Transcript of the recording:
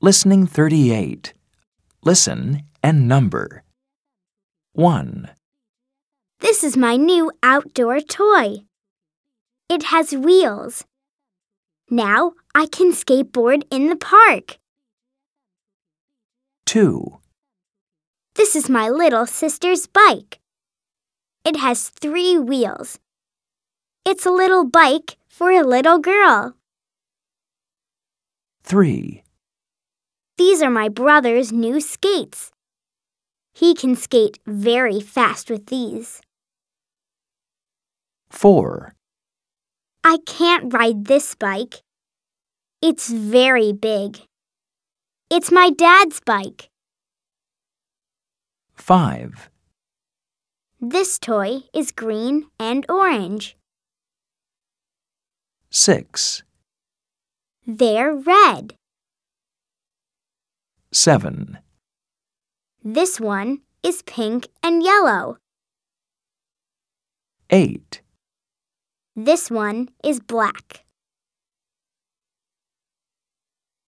Listening 38. Listen and number. 1, This is my new outdoor toy. It has wheels. Now I can skateboard in the park. 2, This is my little sister's bike. It has three wheels. It's a little bike for a little girl. 3, These are my brother's new skates. He can skate very fast with these. 4, I can't ride this bike. It's very big. It's my dad's bike. 5, This toy is green and orange. 6, They're red. 7, This one is pink and yellow. 8, This one is black.